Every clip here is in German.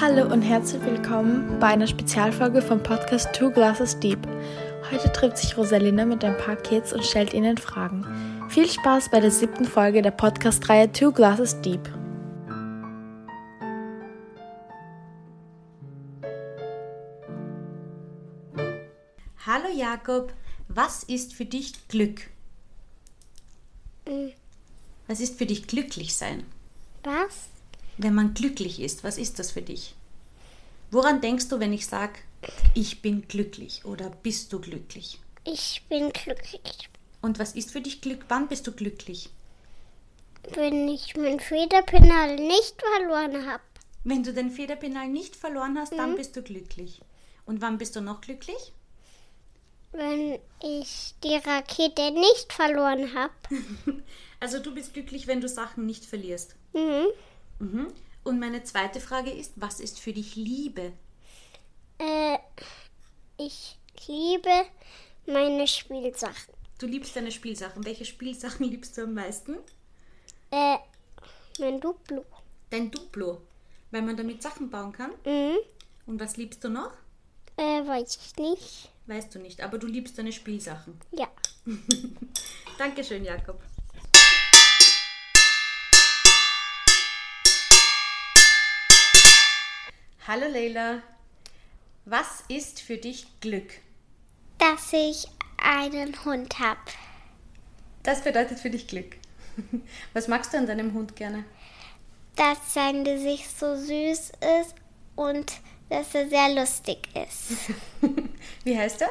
Hallo und herzlich willkommen bei einer Spezialfolge vom Podcast Two Glasses Deep. Heute trifft sich Rosalina mit ein paar Kids und stellt ihnen Fragen. Viel Spaß bei der siebten Folge der Podcast-Reihe Two Glasses Deep. Hallo Jakob, was ist für dich Glück? Was ist für dich glücklich sein? Was? Wenn man glücklich ist, was ist das für dich? Woran denkst du, wenn ich sage, ich bin glücklich oder bist du glücklich? Ich bin glücklich, Und was ist für dich Glück? Wann bist du glücklich? wenn ich mein Federpenal nicht verloren habe. Wenn du den Federpenal nicht verloren hast, dann bist du glücklich. Und wann bist du noch glücklich? Wenn ich die Rakete nicht verloren habe. Also du bist glücklich, wenn du Sachen nicht verlierst. Mhm. Mhm. Und meine zweite Frage ist, was ist für dich Liebe? Äh, ich liebe meine Spielsachen. Du liebst deine Spielsachen. Welche Spielsachen liebst du am meisten? Äh, mein Duplo. Dein Duplo, weil man damit Sachen bauen kann. Mhm. Und was liebst du noch? Äh, weiß ich nicht. Weißt du nicht, aber du liebst deine Spielsachen. Ja. Dankeschön, Jakob. Hallo Leila. Was ist für dich Glück? Dass ich einen Hund habe. Das bedeutet für dich Glück. Was magst du an deinem Hund gerne? Dass sein Gesicht so süß ist und dass er sehr lustig ist. Wie heißt er?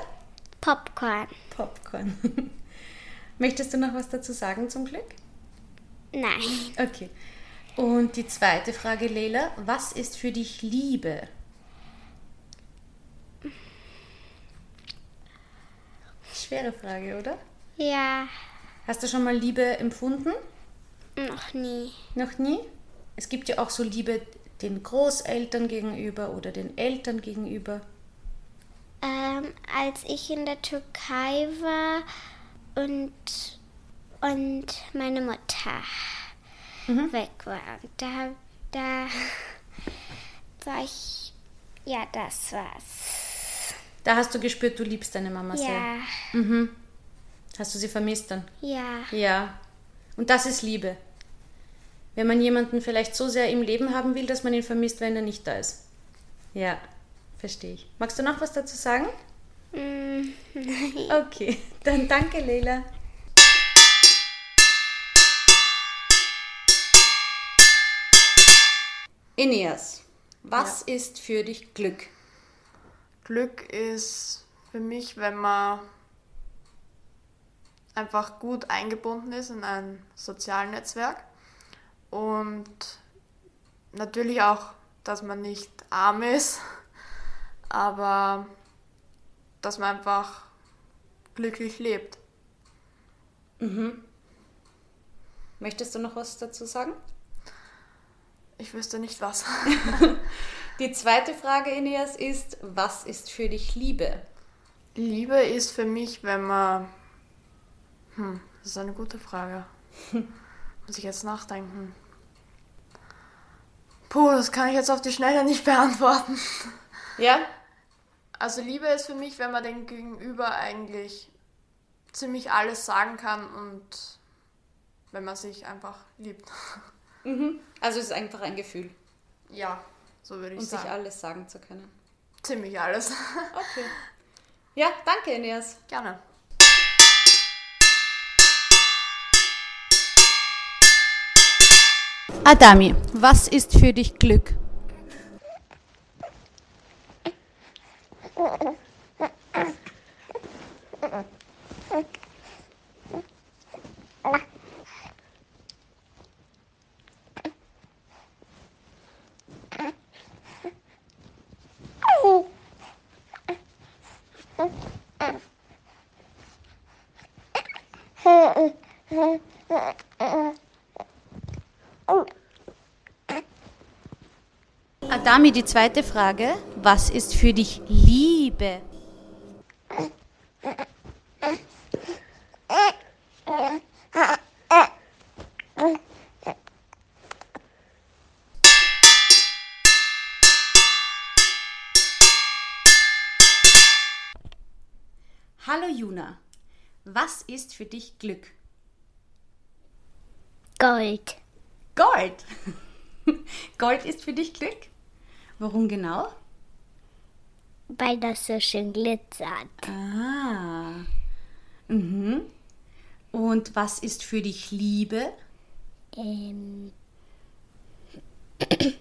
Popcorn. Popcorn. Möchtest du noch was dazu sagen zum Glück? Nein. Okay. Und die zweite Frage, Leila, was ist für dich Liebe? Schwere Frage, oder? Ja, Hast du schon mal Liebe empfunden? noch nie. Noch nie? Es gibt ja auch so Liebe den Großeltern gegenüber oder den Eltern gegenüber. Ähm, als ich in der Türkei war und, und meine Mutter weg war, da, da war ich. Ja, das war's. Da hast du gespürt, du liebst deine Mama sehr. Ja, Hast du sie vermisst dann? ja, Ja. Und das ist Liebe. Wenn man jemanden vielleicht so sehr im Leben haben will, dass man ihn vermisst, wenn er nicht da ist. Ja, verstehe ich. Magst du noch was dazu sagen? Mm. nein. Okay, dann danke, Leila. Ineas, was ist für dich Glück? Glück ist für mich, wenn man einfach gut eingebunden ist in ein soziales Netzwerk und natürlich auch, dass man nicht arm ist, aber dass man einfach glücklich lebt. Möchtest du noch was dazu sagen? Ich wüsste nicht was. Die zweite Frage, Ineas, ist, was ist für dich Liebe? Liebe ist für mich, wenn man. Hm, das ist eine gute Frage. Muss ich jetzt nachdenken. Puh, das kann ich jetzt auf die Schnelle nicht beantworten. Ja, Also Liebe ist für mich, wenn man dem Gegenüber eigentlich ziemlich alles sagen kann und wenn man sich einfach liebt. also es ist einfach ein Gefühl. Ja, so würde ich und sich sagen. alles sagen zu können. ziemlich alles. Okay. Ja, danke, Ineas. Gerne. Adami, was ist für dich Glück? Adami, die zweite Frage. Was ist für dich Liebe? Hallo Juna, was ist für dich Glück? Gold. Gold. Gold ist für dich Glück? Warum genau? Weil das so schön glitzert. Ah. Mhm. Und was ist für dich Liebe? Ähm.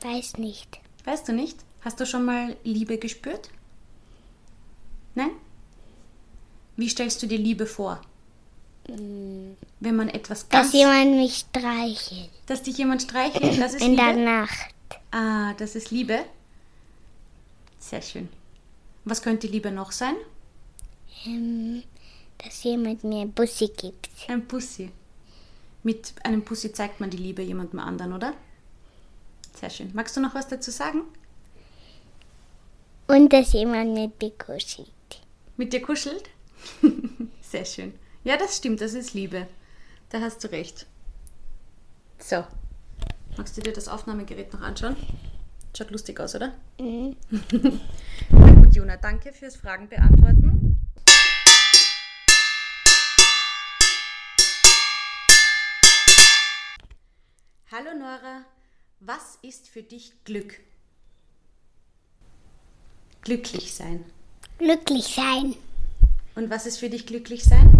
Weiß nicht. Weißt du nicht? Hast du schon mal Liebe gespürt? Nein? Wie stellst du dir Liebe vor? Wenn man etwas Mm. ganz... Dass jemand mich streichelt. dass dich jemand streichelt, das ist In der Liebe? Nacht. Ah, das ist Liebe. Sehr schön. Was könnte Liebe noch sein? Ähm, dass jemand mir ein Bussi gibt. Ein Pussy. Mit einem Pussy zeigt man die Liebe jemandem anderen, oder? Sehr schön. Magst du noch was dazu sagen? Und dass jemand mir bekuschelt. Mit dir kuschelt? Sehr schön. Ja, das stimmt, das ist Liebe. Da hast du recht. So. Magst du dir das Aufnahmegerät noch anschauen? Schaut lustig aus, oder? Mhm. Na gut, Juna, danke fürs Fragen beantworten. Hallo Nora, was ist für dich Glück? Glücklich sein. Glücklich sein. Und was ist für dich glücklich sein?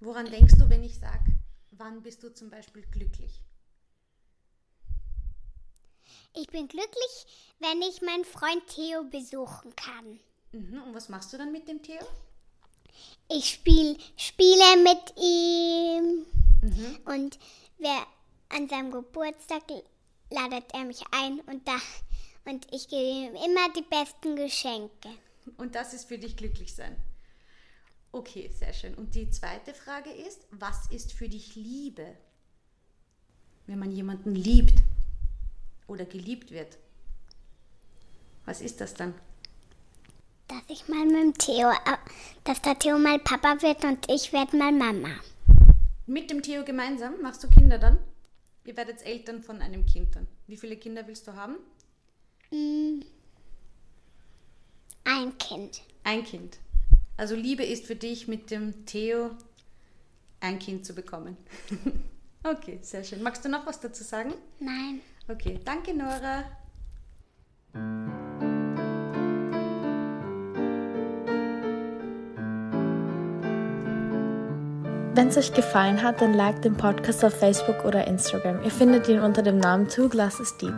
Woran denkst du, wenn ich sage, wann bist du zum Beispiel glücklich? Ich bin glücklich, wenn ich meinen Freund Theo besuchen kann. Mhm, und was machst du dann mit dem Theo? Ich spiel, spiele mit ihm. Und wer an seinem Geburtstag l- ladet er mich ein und, da, und ich gebe ihm immer die besten Geschenke. Und das ist für dich glücklich sein. Okay, sehr schön. Und die zweite Frage ist, was ist für dich Liebe? Wenn man jemanden liebt oder geliebt wird. Was ist das dann? Dass ich mal mit dem Theo, äh, dass der Theo mal Papa wird und ich werde mal Mama. Mit dem Theo gemeinsam machst du Kinder dann? Ihr werdet Eltern von einem Kind dann. Wie viele Kinder willst du haben? Ein Kind. Ein Kind. Also Liebe ist für dich mit dem Theo ein Kind zu bekommen. okay, sehr schön. Magst du noch was dazu sagen? Nein. Okay, danke Nora. Wenn es euch gefallen hat, dann liked den Podcast auf Facebook oder Instagram. Ihr findet ihn unter dem Namen Two Glasses Deep.